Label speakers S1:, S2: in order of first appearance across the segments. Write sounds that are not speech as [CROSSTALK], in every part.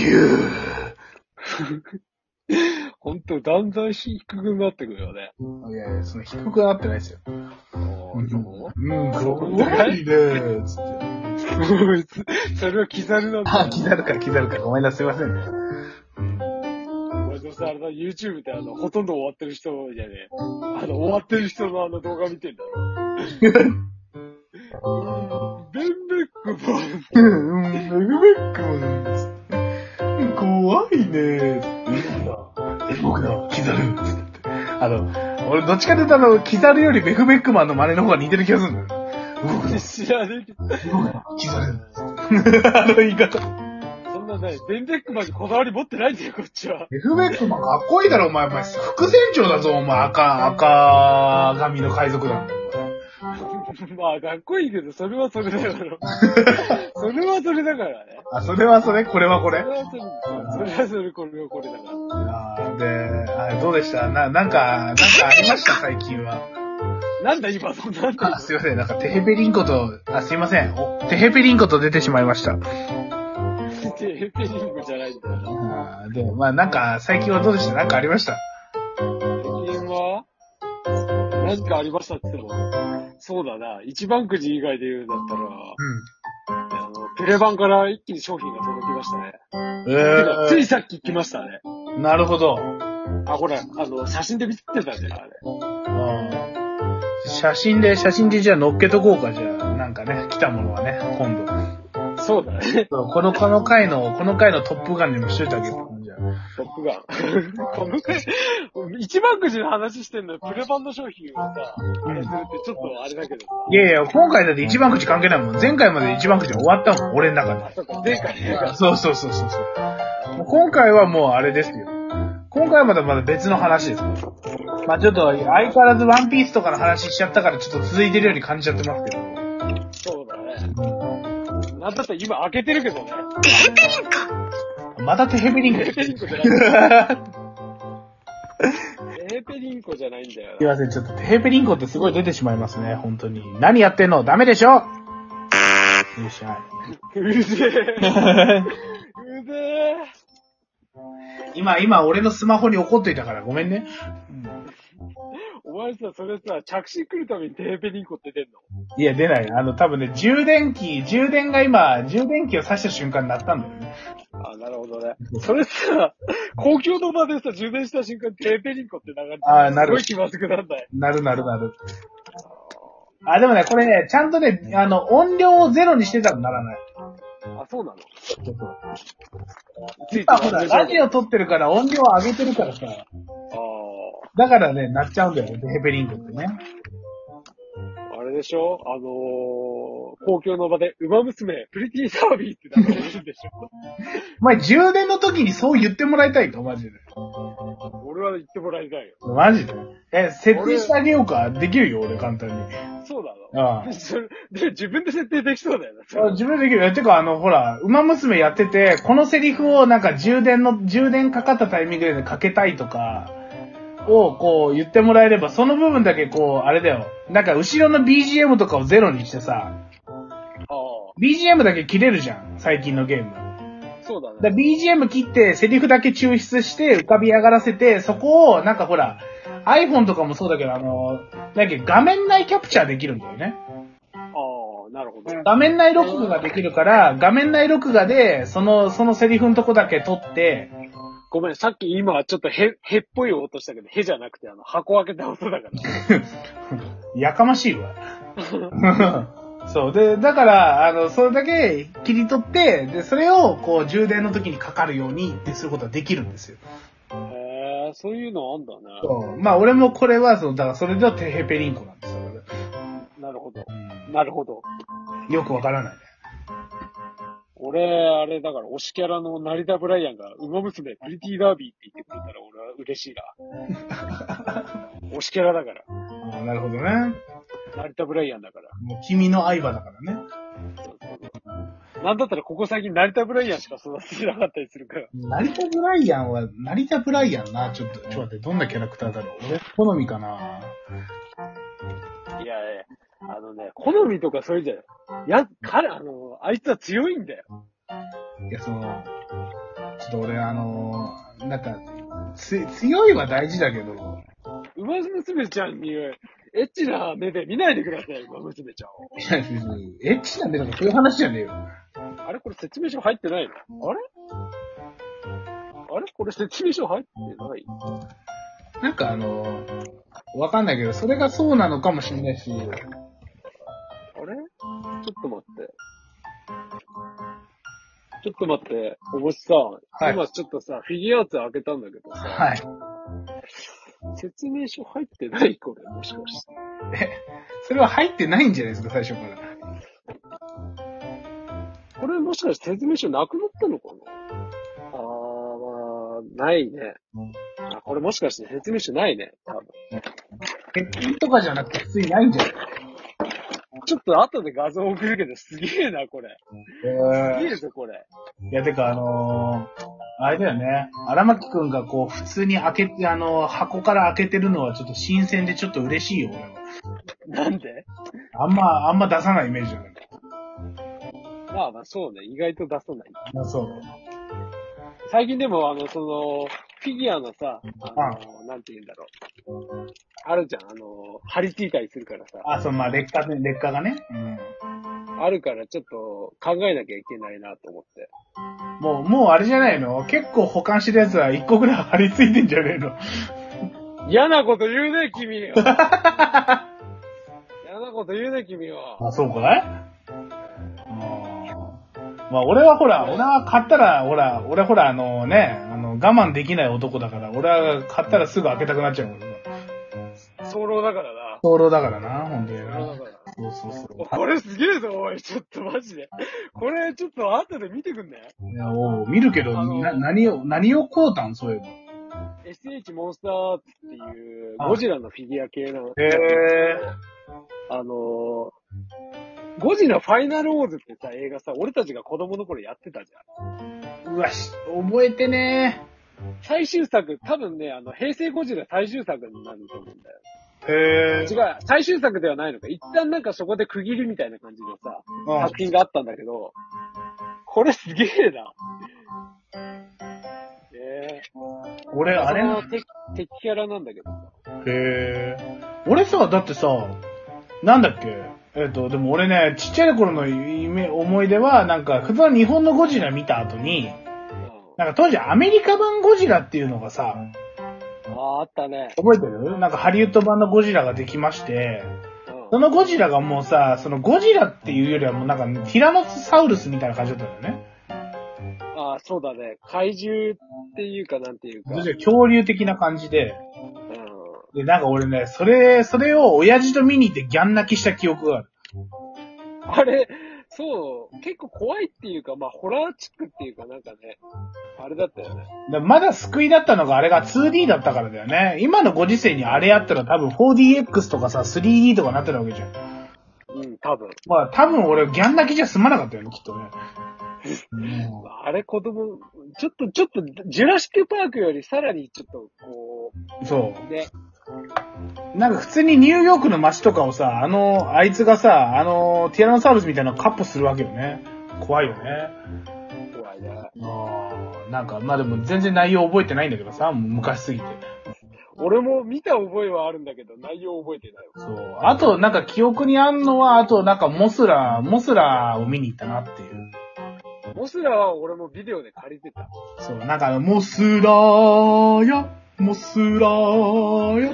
S1: 竜。
S2: ほんと、だんだん低くなってくるよね。
S1: いやいや、その低くなってないですよ。
S2: お
S1: う
S2: ー
S1: ん
S2: そう
S1: うん、
S2: す
S1: す
S2: ごい
S1: いね。つって。
S2: それはキザルなんだ
S1: あ、
S2: よ。
S1: 気ざるか、気ざるか。ごめんなさい、すいませんね。
S2: 俺のさ、あれだ、YouTube ってあの、ほとんど終わってる人じゃねえあの、終わってる人のあの動画見てんだろ。ベンベックも、
S1: うん、うん、ルグベックも、つって。怖いね。僕だ、気ざる。つって。あの、俺どっちかというとあの、気ざるよりベフベックマンの真似の方が似てる気がするんだよ。僕だ、
S2: 知らねえけど、
S1: 僕だ、気ざる。 [LAUGHS] あの言い方。
S2: そんなね、ベンベックまでこだわり持ってないんだよ、こっちは。
S1: ベフベックマンかっこいいだろ、お前。お前、副船長だぞ、お前。赤、赤髪の海賊団。
S2: まあ、かっこいいけど、それはそれだから。それはそれだからね。
S1: あ、それはそれ、これはこ
S2: そ
S1: れ
S2: れ。はそれ、それはそれ、これはこれだから。
S1: あーで、あどうでしたな、なんか、なんかありました、最近は。
S2: なんだ今、そんなんだ
S1: あ、すいません、なんか、テヘペリンコと、あ、すいません、おテヘペリンコと出てしまいました。
S2: って、ヘペリングじゃないんだよ。
S1: あーでも、まあ、なんか、最近はどうでしたなんかありました
S2: 人間は何かありましたって言っても、そうだな。一番くじ以外で言うんだったら、あの、テレ版から一気に商品が届きましたね。
S1: うん。え
S2: てか、つい
S1: ー、
S2: さっき来ましたね。
S1: なるほど。
S2: あ、ほら、あの、写真で見てたじゃん、あれ。
S1: あー写真で、写真でじゃあ乗っけとこうか、じゃあ、なんかね、来たものはね、今度。
S2: そうだね。
S1: そうこの、この回の、この回のトップガンにもしといてあげるじゃあ
S2: トップガン。この回、一番くじの話してんのに、プレ版の商品をさ、あれするってちょっとあれだけどさ。
S1: いやいや、今回だって一番口関係ないもん。前回まで一番口終わったもん、俺の中で。
S2: あ、そうか、前回ね。
S1: [LAUGHS] そうそうそうそうそう。もう今回はもうあれですよ。今回はまだまだ別の話です。まあちょっと相変わらずワンピースとかの話しちゃったからちょっと続いてるように感じちゃってますけど。
S2: そうだね。なんだったら今開けてるけ [LAUGHS] どね。
S1: またテヘビリン [LAUGHS] グ
S2: ヘペリンコじゃない。
S1: す
S2: エーペリンコじゃないんだよ
S1: い
S2: な。
S1: ません、ちょっとテヘビリンコってすごい出てしまいますね、本当に。何やってんのダメでしょよっし [LAUGHS] ゃ。
S2: うぜえ。うぜえ。
S1: 今、今俺のスマホに怒っといたからごめんね。
S2: お前さ、それさ、着信来るためにテーペリンコって出んの
S1: いや、出ない。あの、多分ね、充電器、充電が今、充電器を挿した瞬間になったんだよね。
S2: あ、なるほどね。それさ、公共の場でさ、充電した瞬間テーペリンコって流れてる
S1: あーなる
S2: すごい気まずくなんない。
S1: なるなるなる。あ、でもね、これね、ちゃんとね、あの、音量をゼロにしてたらならない。
S2: あ、そうなの
S1: ちょっと
S2: ついて
S1: 今ほら、ラジ
S2: オ
S1: オ撮ってるから音量を上げてるからさ、
S2: あ
S1: だからね、なっちゃうんだよね、ヘペリングってね。
S2: ーあれでしょあのー、公共の場で、ウマ娘、プリティサービーって流れてるでしょ
S1: お前、充電の時にそう言ってもらいたいか、マジで。
S2: 俺は言ってもらいたいよ。
S1: マジで。え、設定してあげようか。できるよ、俺、簡単に。
S2: そうなの
S1: ああ
S2: それで自分で設定できそうだよな、それ
S1: あ自分でできる。えてか、あの、ほら、馬娘やってて、このセリフをなんか充電の、充電かかったタイミングでかけたいとか、をこう言ってもらえれば、その部分だけこう、あれだよ。なんか後ろの BGM とかをゼロにしてさ、
S2: あ
S1: BGM だけ切れるじゃん、最近のゲーム。
S2: あ、そうだね。
S1: だ BGM 切って、セリフだけ抽出して、浮かび上がらせて、そこを、なんかほら、iPhone とかもそうだけど、あの、なんか画面内キャプチャーできるんだよね。
S2: ああ、なるほど。
S1: 画面内録画ができるから、画面内録画で、その、そのセリフのとこだけ撮って、
S2: ごめん、さっき今ちょっとへ、へっぽい音したけど、へじゃなくて、あの、箱開けた音だから。
S1: やかましいわ。そう。で、だから、あの、それだけ切り取って、で、それを、こう、充電の時にかかるようにってすることができるんですよ。
S2: へえ、そういうのあんだね。
S1: そうまあ、俺もこれは、その、だからそれではテヘペリンコなんですよ。
S2: なるほど。
S1: う
S2: なるほど。
S1: んよくわからない。
S2: 俺、あれ、だから、推しキャラの成田ブライアンが、ウマ娘、プリティダービーって言ってくれたら、俺は嬉しいな。
S1: [LAUGHS]
S2: 推しキャラだから。
S1: ああ、なるほどね。
S2: 成田ブライアンだから。
S1: もう君の相場だからね。
S2: そうそうそうなんだったら、ここ最近成田ブライアンしか育ててなかったりするから。
S1: 成田ブライアンは、成田ブライアンな。ちょっと、ちょっと待って、どんなキャラクターだろう俺、好みかない
S2: やいや、あのね、好みとかそういうんじゃない。や、彼、あの、あいつは強いんだよ。
S1: いや、その、っと俺、あのーなんか、つ、強いは大事だけど、
S2: ウマ娘ちゃんに、エッチな目で見ないでください、ウマ娘ちゃんを。
S1: いや、別にエッチなんでなんかそういう話じゃねえよ。
S2: あれこれ説明書入ってないのあれあれこれ説明書入ってない
S1: なんかあのーわかんないけど、それがそうなのかもしれないし、
S2: あれちょっと待って。ちょっと待って、おぼしさん。
S1: い
S2: 今ちょっとさ、フィギュアーツ開けたんだけどさ、
S1: はい。
S2: 説明書入ってないこれ、もしかして。
S1: それは入ってないんじゃないですか、最初から。
S2: これもしかして説明書なくなったのかなあー、まあ、ないね。あ、これもしかして説明書ないね。多分
S1: 欠品とかじゃなくて、普通にないんじゃない
S2: ちょっと後で画像送るけど、すげえな、これ。すげえぞ、これ。
S1: いや、てか、あのー、あれだよね。荒牧くんがこう、普通に開けて、あのー箱から開けてるのはちょっと新鮮でちょっと嬉しいよ、俺は。
S2: なんで
S1: あんま、あんま出さないイメージだね。
S2: まあまあ、そうね。意外と出さない。
S1: あそう。
S2: 最近でも、あの、その、フィギュアのさ、あの、なんて言うんだろう。あるじゃん、あの、張り付いたりするからさ。
S1: あ、そう、まあ、劣化ね、劣化がね。うん。
S2: あるから、ちょっと、考えなきゃいけないなと思って。
S1: もう、もうあれじゃないの結構保管してるやつは一個ぐらい貼り付いてんじゃねえの
S2: 嫌なこと言うね、君 [LAUGHS] よ。嫌なこと言うね、君よ。
S1: あ、そうかいあーまあ、俺はほら、俺は買ったら、ほら、俺ほら、あのね、あの、我慢できない男だから、俺は買ったらすぐ開けたくなっちゃうもん。
S2: 早漏だからな。
S1: 早漏だからな、ほんとに
S2: 早
S1: な。
S2: 漏だから。
S1: そうそうそう。
S2: これすげえぞ、おい。ちょっとマジで。これ、ちょっと後で見てくんね。
S1: いや、おう見るけど、
S2: あの
S1: な、何を、何を買うたんそういえば。
S2: SH モンスターっていう、ゴジラのフィギュア系の、
S1: へえ。
S2: あのー、ゴジラファイナルオーズってさ、映画さ、俺たちが子供の頃やってたじゃん。
S1: うわ、し、覚えてね
S2: 最終作、多分ね、あの、平成ゴジラ最終作になると思うんだよ。
S1: ー。へえ。
S2: 違う、最終作ではないのか。一旦なんかそこで区切りみたいな感じのさ、
S1: うん
S2: 作品があったんだけど、これすげえな。え
S1: 俺、
S2: え
S1: あれ
S2: そ
S1: な
S2: の。敵敵キャラなんだけどさ。
S1: へえ。俺さ、だってさ、なんだっけえっ、と、でも俺ね、ちっちゃい頃の夢、思い出は、なんか、普通の日本のゴジラ見た後に、
S2: うん
S1: なんか当時アメリカ版ゴジラっていうのがさ、
S2: ああ、あったね。
S1: 覚えてるなんかハリウッド版のゴジラができまして、
S2: うん
S1: そのゴジラがもうさ、そのゴジラっていうよりはもうなんかティラノサウルスみたいな感じだったんだよね。
S2: ああ、そうだね。怪獣っていうか、なんていうか。
S1: どっちか恐竜的な感じで。
S2: う
S1: で、なんか俺ね、それ、それを親父と見に行ってギャン泣きした記憶がある。
S2: ん。あれ、そう、結構怖いっていうか、まあ、ホラーチックっていうか、なんかね、あれだったよ
S1: だ
S2: ね。
S1: からまだ救いだったのがあれが 2D だったからだよね。今のご時世にあれやったら多分 4DX とかさ、3D とかなってるわけじゃん。
S2: うん、多分。
S1: まあ多分俺ギャン泣きじゃ済まなかったよね、きっとね。うん
S2: あれ、子供、ちょっと、ちょっと、ジュラシックパークよりさらにちょっと、こ、
S1: そう
S2: ね、
S1: う。なんか普通にニューヨークの街とかをさ、あの、あいつがさ、あの、ティラノサウルスみたいなのをカッポするわけよね。怖いよね。
S2: 怖いね。
S1: あーなんか、まあでも全然内容覚えてないんだけどさ、もう昔すぎて。
S2: 俺も見た覚えはあるんだけど、内容覚えてないわ。
S1: そう。あと、なんか記憶にあんのは、あとなんかモスラ、モスラを見に行ったなっていう。
S2: モスラは俺もビデオで借りてた。
S1: そう、なんかあの、モスラーや、モスラーや。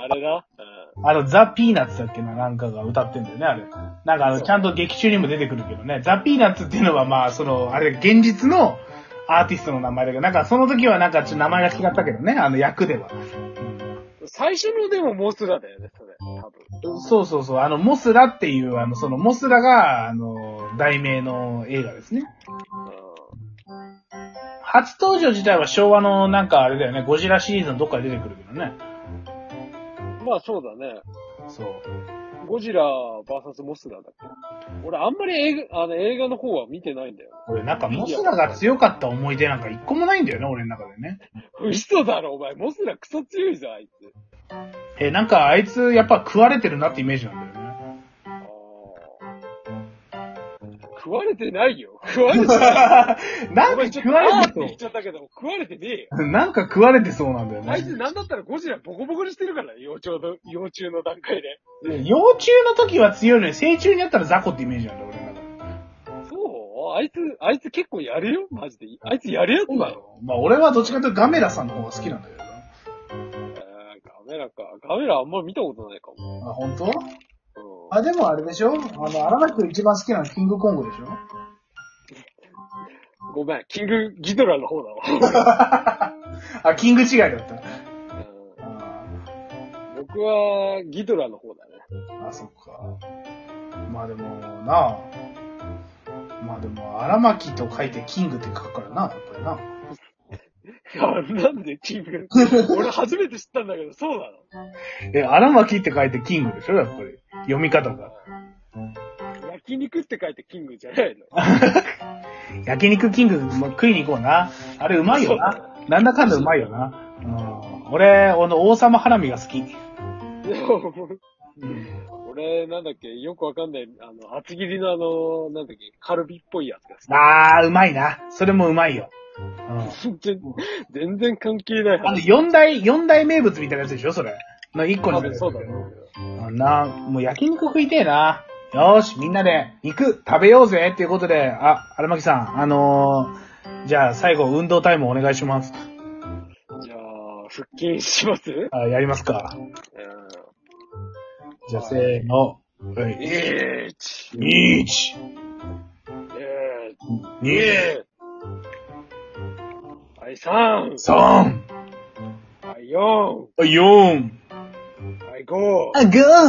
S2: あれだ。
S1: あの、ザ・ピーナッツだっけな、なんかが歌ってんだよね、あれ。なんかあの、
S2: そう
S1: ちゃんと劇中にも出てくるけどね、ザ・ピーナッツっていうのはまあ、その、あれ、現実のアーティストの名前だけど、なんかその時はなんかちょっと名前が違ったけどね、あの役では。
S2: うん。最初のでもモスラだよね、それ。多分。
S1: そうそうそう、あの、モスラっていう、あの、その、モスラが、あの、題名の映画ですね。初登場自体は昭和のなんかあれだよね、ゴジラシリーズのどっかで出てくるけどね。
S2: うん。まあ、そうだね。
S1: そう。
S2: ゴジラ VS モスラだっけ俺あんまり映画あの映画の方は見てないんだよ。
S1: 俺なんかモスラが強かった思い出なんか一個もないんだよね、俺の中でね。
S2: 嘘だろ、お前。モスラクソ強いぞ、あいつ。
S1: え、なんかあい [LAUGHS] つやっぱ食われてるなってイメージなんだよね。
S2: あー食われてないよ。食われてない。
S1: [LAUGHS] なん
S2: お
S1: か
S2: 前ちょ
S1: 食
S2: っと、
S1: わ
S2: あー
S1: れ
S2: って言ってちゃったけど、食われてねえよ。
S1: そう。なんか食われてそうなんだよ
S2: あいつ
S1: ね。
S2: なんだったらゴジラボコボコにしてるからね、幼虫の、幼虫の段階で。
S1: 幼虫の時は強いのに、成虫になったら雑魚ってイメージなんだよ、俺の中で。
S2: そうあいつ、あいつ結構やるよ、マジで。あいつやるやつだろ。
S1: ろまあ俺はどっちかというとガメラさんの方が好きなんだけどな。
S2: えーガメラか。ガメラあんま見たことないかも。
S1: あ、本当？
S2: うん
S1: あ、でもあれでしょあの、荒垣君一番好きなのキングコングでしょ
S2: ごめん、キングギドラの
S1: [LAUGHS]
S2: 方だわ。
S1: あ、キング違いだった。
S2: う
S1: あ
S2: ん僕はギドラの方だね。
S1: ーあ、そっか。まあでも、なあ。まあでも、荒巻と書いてキングって書くからな、やっぱりな。
S2: いや [LAUGHS] なんでキン [LAUGHS] グ俺初めて知ったんだけど、そうなの
S1: え、荒巻って書いてキングでしょやっぱり。読み方が。
S2: 焼肉って書いてキングじゃないの。
S1: 焼肉キングも食いに行こうな。あれうまいよな。なんだかんだうまいよな。うん。俺、あの、王様ハラミが好き。
S2: でも
S1: うん。
S2: 俺、なんだっけ、よくわかんない、あの、厚切りのあの、なんだっけ、カルビっぽいやつが好
S1: あー、うまいな。それもうまいよ。うん。
S2: き。全全然関係な
S1: あ
S2: い
S1: の、
S2: 話。
S1: 四大、四大名物みたいなやつでしょそれ。の一個に
S2: 多
S1: なる
S2: 分そうだろう
S1: あな、もう焼肉食いてえな。よーし、みんなで肉食べようぜっていうことで、あ、荒牧さん、あのー、じゃあ最後運動タイムお願いします。
S2: けど。じゃあ、腹筋しますうん。
S1: あ、やりますか。じゃあせーの。はい。
S2: えーち、
S1: 一、
S2: えー、
S1: 二、
S2: えー、はい、三、
S1: 三、
S2: はい、四、
S1: 四、
S2: はい、五、
S1: あ、ゴー